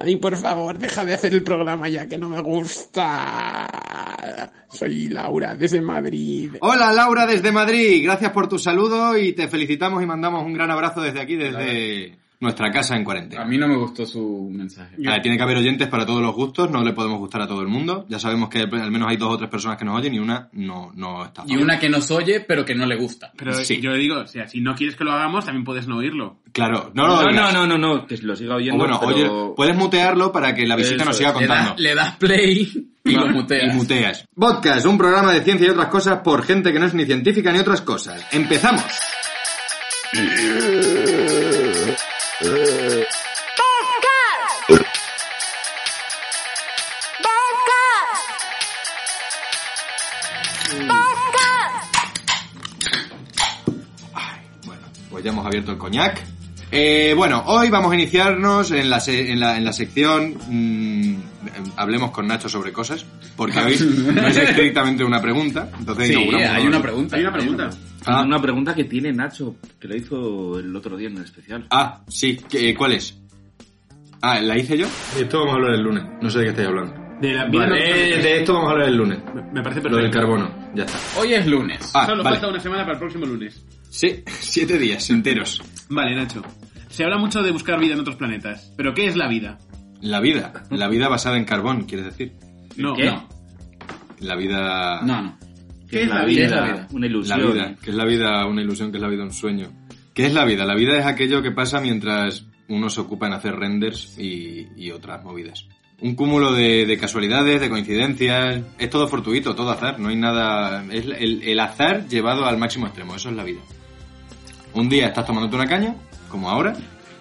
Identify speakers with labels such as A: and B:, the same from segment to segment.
A: Ay, por favor, deja de hacer el programa ya que no me gusta. Soy Laura desde Madrid.
B: Hola Laura desde Madrid, gracias por tu saludo y te felicitamos y mandamos un gran abrazo desde aquí, desde nuestra casa en
C: A
B: cuarentena.
C: mí no me gustó su mensaje.
B: A ver, tiene que haber oyentes para todos los gustos, no le podemos gustar a todo el mundo. Ya sabemos que al menos hay dos o tres personas que nos oyen y una no, no está.
C: Y una que nos oye, pero que no le gusta.
D: Pero
B: Sí.
D: yo digo, o sea, si no quieres que lo hagamos, también puedes no oírlo.
B: Claro, no lo
E: No,
B: oigas.
E: no, no, no, no, que lo siga
B: O
E: oyendo.
B: bueno,
E: pero-
D: pues,
B: oye, puedes mutearlo para que la visita
E: Eso
B: nos siga
C: Le
B: contando.
C: das, le das play y lo muteas.
B: Y muteas. Podcast, un programa de ciencia y otras cosas por gente que no es ni científica ni otras cosas. ¡Empezamos! Ay, bueno, pues ya hemos abierto el coñac. Eh, bueno, hoy vamos a iniciarnos en la, se- en la, en la sección mm, eh, Hablemos con Nacho sobre cosas, porque hoy no es estrictamente una pregunta. Entonces
C: Sí,
B: inauguramos
C: hay
B: con-
C: una pregunta.
D: Hay una pregunta.
B: Ah.
E: Una pregunta que tiene Nacho, que la hizo el otro día en el especial.
B: Ah, sí, ¿qué- eh, ¿cuál es? Ah, ¿la hice yo? Esto vamos a hablar el lunes, no sé de qué estáis hablando.
D: De la vida no-
B: de esto vamos a hablar el lunes.
D: me, me parece
B: Lo del
D: perfecto.
B: carbono, ya está.
C: Hoy es lunes.
B: Ah,
D: Solo
B: vale.
D: falta una semana para el próximo lunes.
B: Sí, siete días enteros.
D: Vale, Nacho. Se habla mucho de buscar vida en otros planetas, pero ¿qué es la vida?
B: La vida, la vida basada en carbón, quieres decir.
D: No,
C: ¿Qué?
D: no.
B: La vida...
C: No, no.
D: ¿Qué es la
C: vida?
D: vida?
C: es la vida?
E: Una
B: La
E: ilusión.
B: vida, que es la vida una ilusión, que es la vida un sueño. ¿Qué es la vida? La vida es aquello que pasa mientras uno se ocupa en hacer renders y, y otras movidas. Un cúmulo de, de casualidades, de coincidencias, es todo fortuito, todo azar, no hay nada... Es el, el azar llevado al máximo extremo, eso es la vida. Un día estás tomándote una caña, como ahora,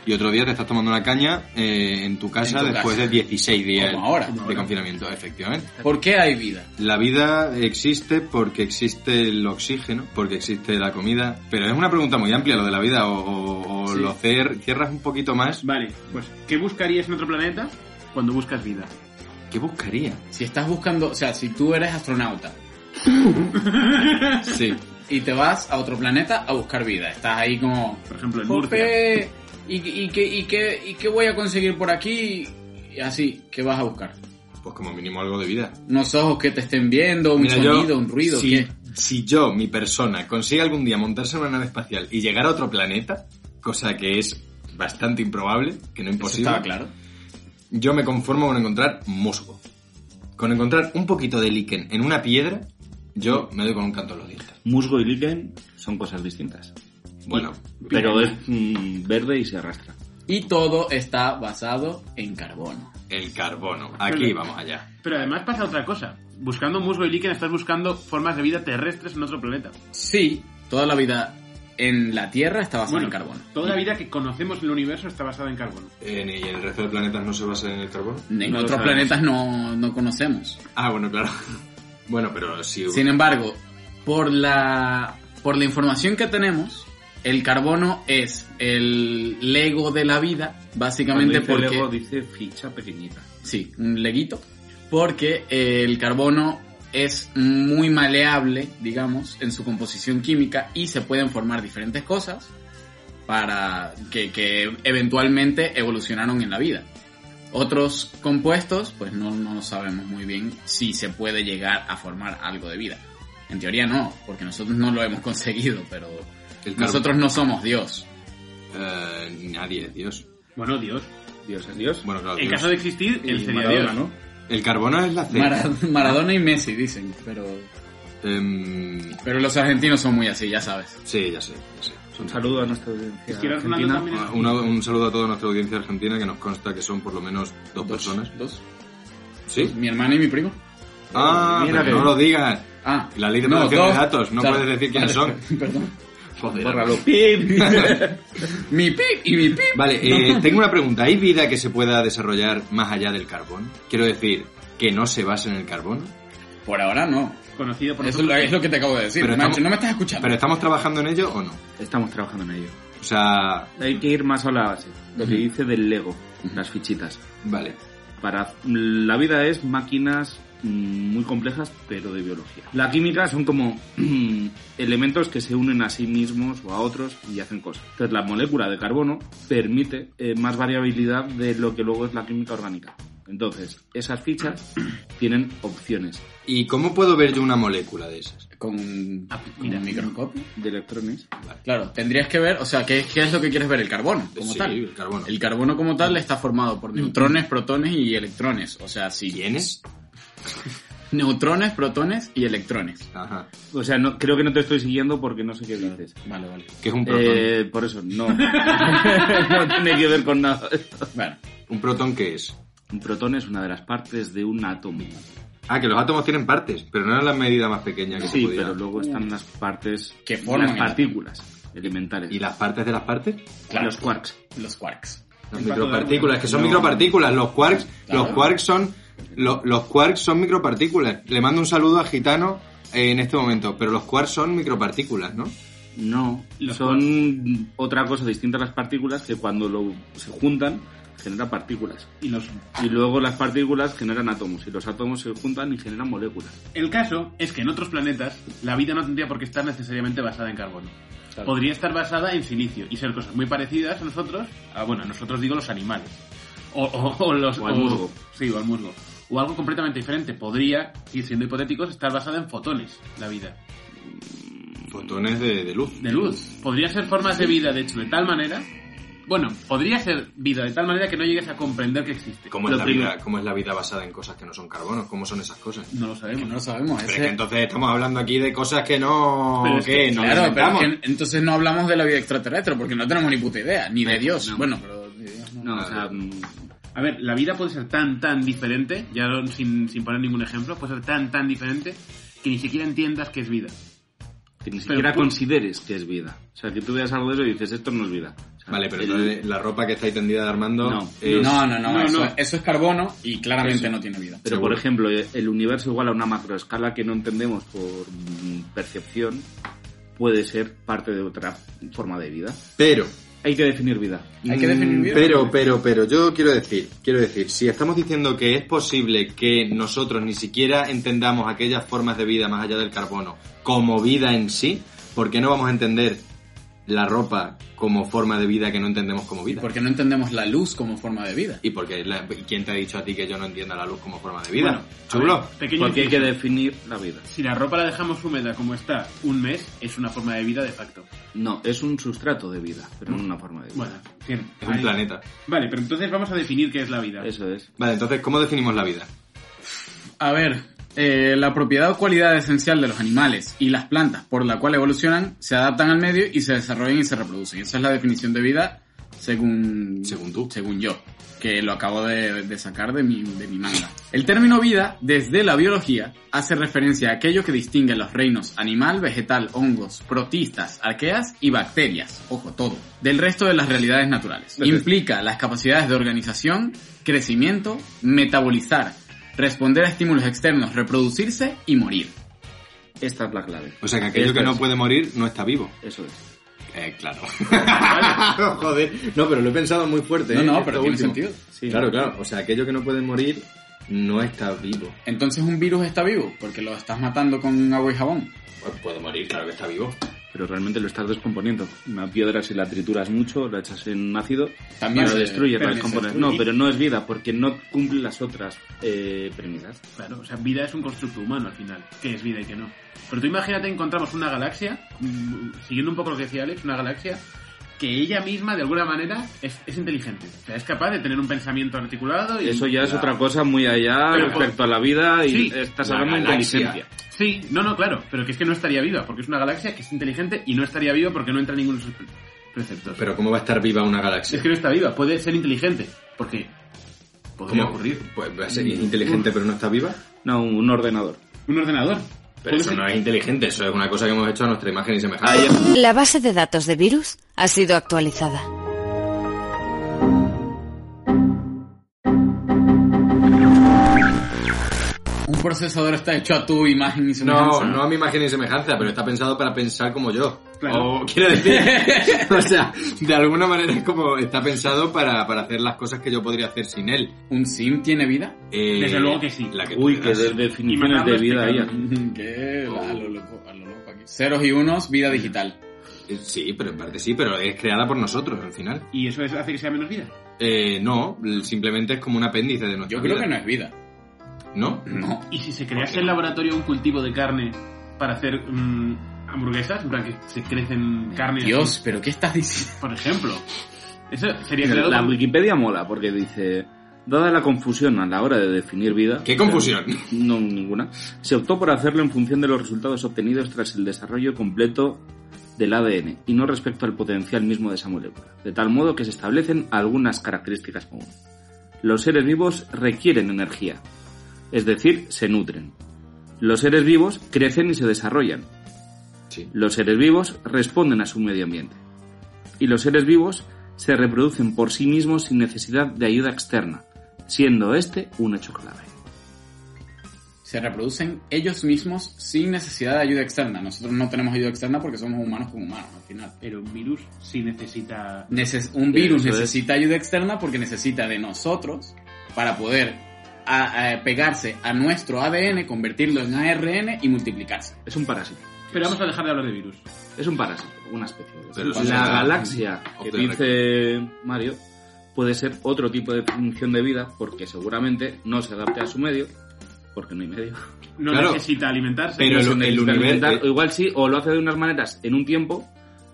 B: y otro día te estás tomando una caña eh, en tu casa
C: En tu
B: después
C: casa.
B: de 16 días
C: Como ahora.
B: de confinamiento, efectivamente.
C: ¿Por qué hay vida?
B: La vida existe porque existe el oxígeno, porque existe la comida. Pero es una pregunta muy amplia lo de la vida, o, o- o
D: Sí.
B: lo cer- cierras un poquito más.
D: Vale, pues ¿qué buscarías en otro planeta cuando buscas vida?
B: ¿Qué buscaría?
C: Si estás buscando, o sea, si tú eres astronauta
B: Sí.
C: y te vas a otro planeta a buscar vida, estás ahí como,
D: Por ejemplo, en Murcia.
C: Jope, ¿y, y, qué, y, qué, ¿y qué voy a conseguir por aquí? Y así, ¿qué vas a buscar?
B: Pues como mínimo algo de vida.
C: Unos ojos que te estén viendo, un
B: Mira, yo,
C: sonido, un ruido,
B: si,
C: ¿qué?
B: si yo, mi persona, consigue algún día montarse en una nave espacial y llegar a otro planeta, cosa que es bastante improbable, que no
C: Eso
B: imposible,
C: estaba claro.
B: yo me conformo con encontrar musgo. Con encontrar un poquito de líquen en una piedra, yo me doy con un canto en los dientes.
E: Musgo y líquen son cosas distintas.
B: Bueno,
E: Pero es mm, verde y se arrastra.
C: Y todo está basado en carbono.
B: El carbono. Aquí vamos allá.
D: Pero además pasa otra cosa. Buscando musgo y líquen estás buscando formas de vida terrestres en otro planeta.
C: Sí, toda la vida en la Tierra está basada en carbono.
D: Toda la vida que conocemos en el universo está basada en carbono.
B: En- ¿Y Eh, el resto de planetas no se basa en el carbono?
C: En
D: No lo
C: otros
D: sabemos.
C: planetas no, no conocemos.
B: Ah, bueno, claro. Bueno, pero si...
C: Sin embargo, por la, por la información que tenemos, el carbono es el lego de la vida, básicamente
E: Cuando
C: porque...
E: dice Lego, dice ficha pequeñita.
C: Sí, un leguito. Porque eh, el carbono es muy maleable, digamos, en su composición química y se pueden formar diferentes cosas para que, que eventualmente evolucionaron en la vida. Otros compuestos, pues no, no sabemos muy bien si se puede llegar a formar algo de vida. En teoría no, porque nosotros no lo hemos conseguido, pero
B: el carbono-
C: nosotros no somos Dios.
B: Eh, nadie, Dios.
D: Bueno, Dios.
E: Dios es Dios.
B: Bueno, claro,
D: En
B: Dios.
D: caso de existir, él
E: Y
D: sería
E: Maradona,
D: Dios.
B: El carbono es la C.
C: Mara- Maradona y Messi dicen, pero,
B: Em,
C: pero los argentinos son muy así, ya sabes.
B: sí, ya sé, ya sé.
E: ¿no? Un saludo a nuestra audiencia
D: Es que Ronaldo
E: argentina.
D: también es-
B: Una- un saludo a toda nuestra audiencia argentina que nos consta que son por lo menos dos, personas.
C: Dos.
B: ¿Sí?
C: Mi hermana y mi primo.
B: Ah,
E: Mira
B: pero
E: que-
B: no lo digas.
C: Ah.
B: La ley de
C: no,
B: protección
C: dos.
B: de datos, no
C: Claro.
B: puedes decir quiénes son.
C: Perdón.
B: Joder.
E: Bórralo.
C: mi pip y mi pip.
B: Vale, eh, tengo una pregunta. ¿Hay vida que se pueda desarrollar más allá del carbón? Quiero decir, que no se base en el carbón.
C: Por ahora no.
D: Conocido por
C: Eso es lo-
D: nosotros.
C: es lo que te acabo de decir.
B: Pero
C: Nacho,
B: estamos-
C: no me estás escuchando.
B: ¿Pero estamos trabajando en ello o no?
E: Estamos trabajando en ello.
B: O sea,
E: Hay que ir más a la base. Lo que
C: Ujú.
E: dice del Lego, las fichitas.
B: vale.
E: Para la vida mm, es máquinas mm, muy complejas, pero de biología. La química son como elementos que se unen a sí mismos o a otros y hacen cosas. Entonces la molécula de carbono permite eh, más variabilidad de lo que luego es la química orgánica. Entonces, esas fichas tienen opciones
B: ¿Y cómo puedo ver yo una molécula de esas?
C: Con,
D: Ah,
C: con
D: mira.
C: un microscopio.
E: de electrones.
C: Claro, tendrías que ver, o sea, ¿qué, qué es lo que quieres ver? El carbono, como
B: Sí,
C: tal.
B: el carbono.
C: El carbono como tal está formado por neutrones, protones y electrones. O sea, sí.
B: ¿Quiénes?
C: Neutrones, protones y electrones.
B: Ajá.
E: O sea, no, creo que no te estoy siguiendo porque no sé qué dices.
C: Vale, vale.
B: ¿Qué es un protón?
E: Eh, por eso, no. no tiene que ver con nada.
C: Bueno,
B: ¿Un protón qué es?
E: Un protón es una de las partes de un átomo.
B: Ah, que los átomos tienen partes, pero no es la medida más pequeña que se
E: Sí,
B: podía.
E: pero luego están las partes...
C: Que forman
E: Las
C: el
E: partículas elementales.
B: ¿Y las partes de las partes?
C: claro.
E: Los quarks.
C: Los quarks.
B: Las
D: El
B: micropartículas, que son
E: no.
B: micropartículas. Los quarks,
C: Claro.
B: los quarks son. lo- los quarks son micropartículas. Le mando un saludo a Gitano eh, en este momento, pero los quarks son micropartículas, ¿no?
E: No,
D: Los
E: son otra cosa distinta a las partículas que cuando lo, se juntan genera partículas.
D: Y los
E: Y luego las partículas generan átomos y los átomos se juntan y generan moléculas.
D: El caso es que en otros planetas la vida no tendría por qué estar necesariamente basada en carbono. Podría estar basada en silicio y ser cosas muy parecidas a nosotros, a, bueno, a nosotros digo los animales. O, o- o los,
E: O al musgo.
D: Sí, o al musgo. O algo completamente diferente. Podría, y siendo hipotéticos, estar basada en fotones, la vida.
B: Fotones de, de luz.
D: De luz. Podría ser formas de vida, de hecho, de tal manera... Bueno, podría ser vida de tal manera que no llegues a comprender que existe.
B: ¿Cómo es,
E: Lo
B: la
E: primero-
B: vida, ¿Cómo es la vida basada en cosas que no son carbono? ¿Cómo son esas cosas?
D: No lo sabemos.
C: No lo sabemos.
B: Pero es
C: ese-
B: que entonces estamos hablando aquí de cosas que no.
D: Pero es
B: que
D: que-
B: no
C: claro, pero
B: inventamos.
C: es que entonces no hablamos de la vida extraterrestre porque no tenemos ni puta idea, ni de
E: Pero,
C: Dios.
E: no.
C: Bueno, pero de Dios no.
E: No, o sea,
B: Claro.
E: mm,
D: A ver, la vida puede ser tan, tan diferente, ya no- sin, sin poner ningún ejemplo, puede ser tan, tan diferente que ni siquiera entiendas que es vida.
E: que ni siquiera
D: tú-
E: consideres que es vida. O sea, que tú veas algo de eso y dices, esto no es vida. O sea,
B: Vale, pero
E: el-
B: entonces la ropa que está ahí tendida de Armando.
E: No,
B: es-
C: No, no, no,
D: No,
C: eso,
D: no.
C: eso es carbono y claramente no tiene vida.
E: Pero por ejemplo, el universo igual a una macroescala que no entendemos por mm, percepción puede ser parte de otra forma de vida.
B: Pero.
E: Hay que definir vida.
C: Hay que definir
B: Mm,
C: bien.
B: Pero, pero, pero, yo quiero decir, quiero decir, si estamos diciendo que es posible que nosotros ni siquiera entendamos aquellas formas de vida más allá del carbono como vida en sí, ¿por qué no vamos a entender la ropa como forma de vida que no entendemos como vida?
C: Porque no entendemos la luz como forma de vida.
B: ¿Y porque la- y quién te ha dicho a ti que yo no entienda la luz como forma de vida?
D: Bueno,
B: Chulo.
D: a ver, pequeño
E: Porque hay que
D: inciso.
E: definir la vida.
D: Si la ropa la dejamos húmeda como está un mes, es una forma de vida de facto.
E: No, es un sustrato de vida, pero no una forma de vida.
D: Bueno, bien.
B: es un planeta.
D: Vale, pero entonces vamos a definir qué es la vida.
E: Eso es.
B: Vale, entonces, ¿cómo definimos la vida?
C: A ver, eh, la propiedad o cualidad esencial de los animales y las plantas por la cual evolucionan, se adaptan al medio y se desarrollan y se reproducen. Esa es la definición de vida según,
B: Según tú.
C: según yo, que lo acabo de, de sacar de mi, de mi manga. El término vida, desde la biología, hace referencia a aquello que distingue los reinos animal, vegetal, hongos, protistas, arqueas y bacterias, ojo, todo, del resto de las realidades naturales. Implica las capacidades de organización, crecimiento, metabolizar, responder a estímulos externos, reproducirse y morir.
E: Esta es la clave.
B: O sea, que aquello
E: Esto
B: que no
E: es.
B: puede morir no está vivo.
E: Eso es.
B: Eh, claro. Joder. No, pero lo he pensado muy fuerte.
C: No,
B: ¿eh?
C: no,
B: Esto
C: pero tiene
B: último.
C: sentido.
E: Sí.
B: Claro, claro. O sea, aquello que no puede morir no está vivo.
C: Entonces un virus está vivo porque lo estás matando con agua y jabón.
B: Pues puede morir, claro que está vivo.
E: Pero realmente lo estás descomponiendo. Una piedra si la trituras mucho, la echas en ácido,
C: También
E: lo
C: se-
E: destruyes, la
C: también se
E: descompones.
C: destruye.
E: No, pero no es vida, porque no cumple las otras eh, premisas.
D: Claro, o sea, vida es un constructo humano al final, que es vida y que no. Pero tú imagínate, encontramos una galaxia, mm, siguiendo un poco lo que decía Alex, una galaxia que ella misma, de alguna manera, es, es inteligente. O sea, es capaz de tener un pensamiento articulado y...
E: Eso ya es otra cosa muy allá
D: Pero,
E: respecto a la vida y
D: sí,
E: estás
B: la
E: hablando de
B: galaxia.
E: inteligencia.
D: Sí, no, no, claro, pero que es que no estaría viva, porque es una galaxia que es inteligente y no estaría viva porque no entra en ninguno de sus pre- preceptos.
B: Pero ¿cómo va a estar viva una
D: es
B: galaxia?
D: que no está viva, puede ser inteligente, porque podría
B: ¿Cómo?
D: ocurrir.
B: Pues va a ser inteligente, pero no está viva.
E: No, un ordenador.
D: Un ordenador.
B: Pero eso no es inteligente, eso es una cosa que hemos hecho a nuestra imagen y
E: Ahí
B: semejanza.
E: es-
F: La base de datos de virus ha sido actualizada.
C: Un un procesador está hecho a tu imagen y
B: No,
C: semejanza.
B: no a mi imagen y semejanza, pero está pensado para pensar como yo.
D: Claro.
B: O quiero decir, o sea, de alguna manera es como está pensado para, para hacer las cosas que yo podría hacer sin él.
C: ¿Un sim tiene vida?
B: Eh,
D: Desde luego que sí.
B: La que
E: Uy,
B: tú
E: que
B: quieras.
E: de definiciones
D: matando
E: de
D: este
E: vida hay
D: cabrón.
E: aquí.
C: ¿Qué? A lo loco, a lo loco aquí. Ceros y unos, vida digital.
B: Eh, Sí, pero en parte sí, pero es creada por nosotros al final.
D: ¿Y eso es- hace que sea menos vida?
B: Eh, no, l- simplemente es como un apéndice de nuestra
C: Yo creo
B: vida.
C: que no es vida.
B: ¿No?
C: No.
D: ¿Y si se crease en laboratorio un cultivo de carne para hacer mm, hamburguesas? En plan, que se crecen carne.
C: Dios, pero ¿qué estás diciendo?
D: así, Por ejemplo. Eso sería creado
E: La
D: con-
E: Wikipedia mola porque dice, dada la confusión a la hora de definir vida...
B: ¡Qué confusión!
E: No, ninguna. Se optó por hacerlo en función de los resultados obtenidos tras el desarrollo completo del ADN y no respecto al potencial mismo de esa molécula, de tal modo que se establecen algunas características comunes. Los seres vivos requieren energía, es decir, se nutren. Los seres vivos crecen y se desarrollan.
B: Sí.
E: Los seres vivos responden a su medio ambiente. Y los seres vivos se reproducen por sí mismos sin necesidad de ayuda externa, siendo este un hecho clave.
C: Se reproducen ellos mismos sin necesidad de ayuda externa. Nosotros no tenemos ayuda externa porque somos humanos con humanos al final.
D: Pero un virus sí necesita...
C: Neces- un virus
E: Eso es.
C: necesita ayuda externa porque necesita de nosotros para poder a- a pegarse a nuestro ADN, convertirlo en ARN y multiplicarse.
E: Es un parásito.
D: Pero vamos a dejar de hablar de virus.
E: Es un parásito, una especie. de-
B: Pero
E: la
B: eso es una-
E: galaxia
B: off
E: que
B: the
E: dice Mario puede ser otro tipo de función de vida porque seguramente no se adapte a su medio, porque no hay medio.
D: No
B: Claro.
D: necesita alimentarse.
B: Pero
E: No se
B: el- el
E: necesita
B: universo- eh.
E: alimentar, o igual sí, o lo hace de unas maneras en un tiempo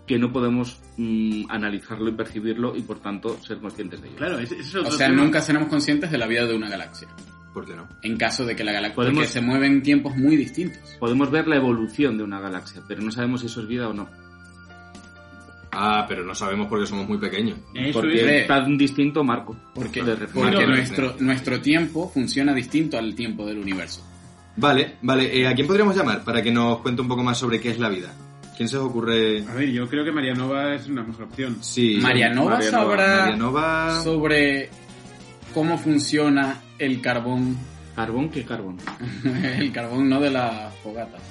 E: que no podemos mm, analizarlo y percibirlo y por tanto ser conscientes de ello.
D: Claro, ese- ese es
C: O
D: otro
C: sea,
D: tema.
C: nunca seremos conscientes de la vida de una galaxia.
B: ¿Por qué no?
C: En caso de que la galaxia...
E: Podemos-
C: Porque se mueven tiempos muy distintos.
E: Podemos ver la evolución de una galaxia, pero no sabemos si eso es vida o no.
B: Ah, pero no sabemos porque somos muy pequeños.
D: Eso
E: Porque
D: es.
C: es.
E: es tan distinto Marco.
C: Porque,
E: de referencia.
C: porque
B: Bueno,
C: nuestro, nuestro tiempo funciona distinto al tiempo del universo.
B: Vale, vale. eh, ¿A quién podríamos llamar para que nos cuente un poco más sobre qué es la vida? ¿Quién se os ocurre?
D: A ver, yo creo que Marianova es una mejor opción.
B: Sí.
C: Marianova sabrá-
B: Marianova-
C: Sobre cómo funciona el carbón.
E: ¿Carbón qué carbón?
C: El carbón no de las fogatas.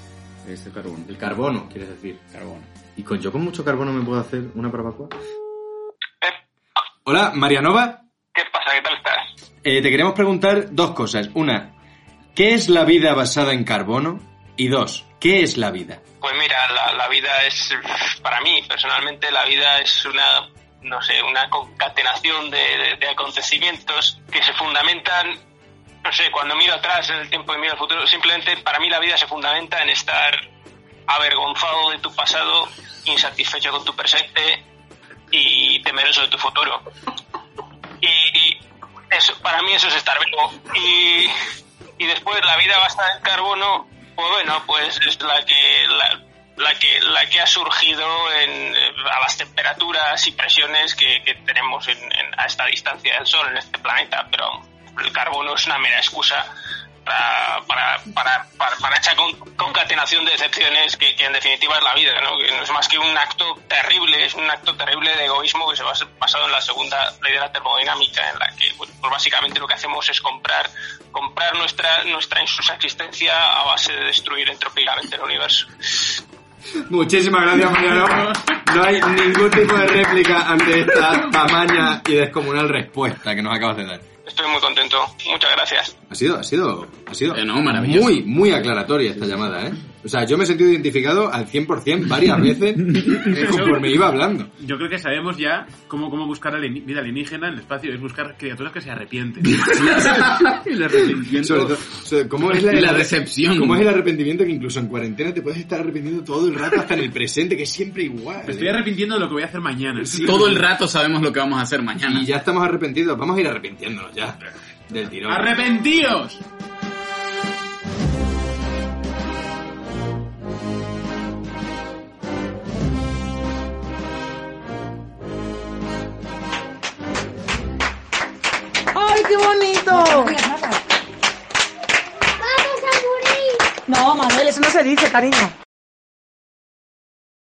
E: Este carbón.
B: El carbono, quieres decir.
C: Carbón.
B: ¿Y con yo con mucho carbono me puedo hacer una barbacoa? Hola, Marianova.
G: Eh, ¿Qué pasa? ¿Qué tal estás?
B: Eh, te queremos preguntar dos cosas. Una, ¿qué es la vida basada en carbono? Y dos, ¿qué es la vida?
G: Pues mira, la, la vida es, para mí personalmente, la vida es una, no sé, una concatenación de, de- de acontecimientos que se fundamentan, no sé, cuando miro atrás en el tiempo y miro al futuro, simplemente para mí la vida se fundamenta en estar avergonzado de tu pasado, insatisfecho con tu presente y temeroso de tu futuro. y, y eso, para mí eso es estar vivo. Y, y después la vida basada en carbono, pues bueno, pues es la que la, la que la que ha surgido en, eh, a las temperaturas y presiones que, que tenemos en, en- a esta distancia del Sol en este planeta, pero el carbono es una mera excusa para, para, Ah, para, para- para esa con- concatenación de excepciones que, que en definitiva es la vida, ¿no? que no es más que un acto terrible, es un acto terrible de egoísmo que se basa basado en la segunda ley de la termodinámica, en la que bueno, pues básicamente lo que hacemos es comprar, comprar nuestra, nuestra insulsa existencia a base de destruir entrópicamente el universo.
B: Muchísimas gracias, Marianova. No hay ningún tipo de réplica ante esta tamaña y descomunal respuesta que nos acabas de dar.
G: Estoy muy contento, muchas gracias.
B: Ha sido, ha sido, ha sido
C: Eh, no, maravilloso.
B: muy, muy aclaratoria esta llamada, ¿eh? O sea, yo me he sentido identificado al 100% varias veces eh, conforme iba hablando.
D: Yo creo que sabemos ya cómo, cómo buscar alieni- vida alienígena en el espacio, es buscar criaturas que se arrepienten.
E: El arrepentimiento.
B: Sobre todo, sobre- ¿cómo es la,
C: La decepción.
B: ¿Cómo es el arrepentimiento que incluso en cuarentena te puedes estar arrepintiendo todo el rato hasta en el presente, que es siempre igual? ¿eh?
D: Me estoy arrepintiendo de lo que voy a hacer mañana.
C: Todo el rato sabemos lo que vamos a hacer
B: Y
C: mañana.
B: ya estamos arrepentidos, vamos a ir arrepintiéndonos ya del tirón.
D: ¡Arrepentíos!
H: ¡Ay, qué bonito!
I: ¡Vamos a morir!
H: No, Manuel, eso no se dice, cariño.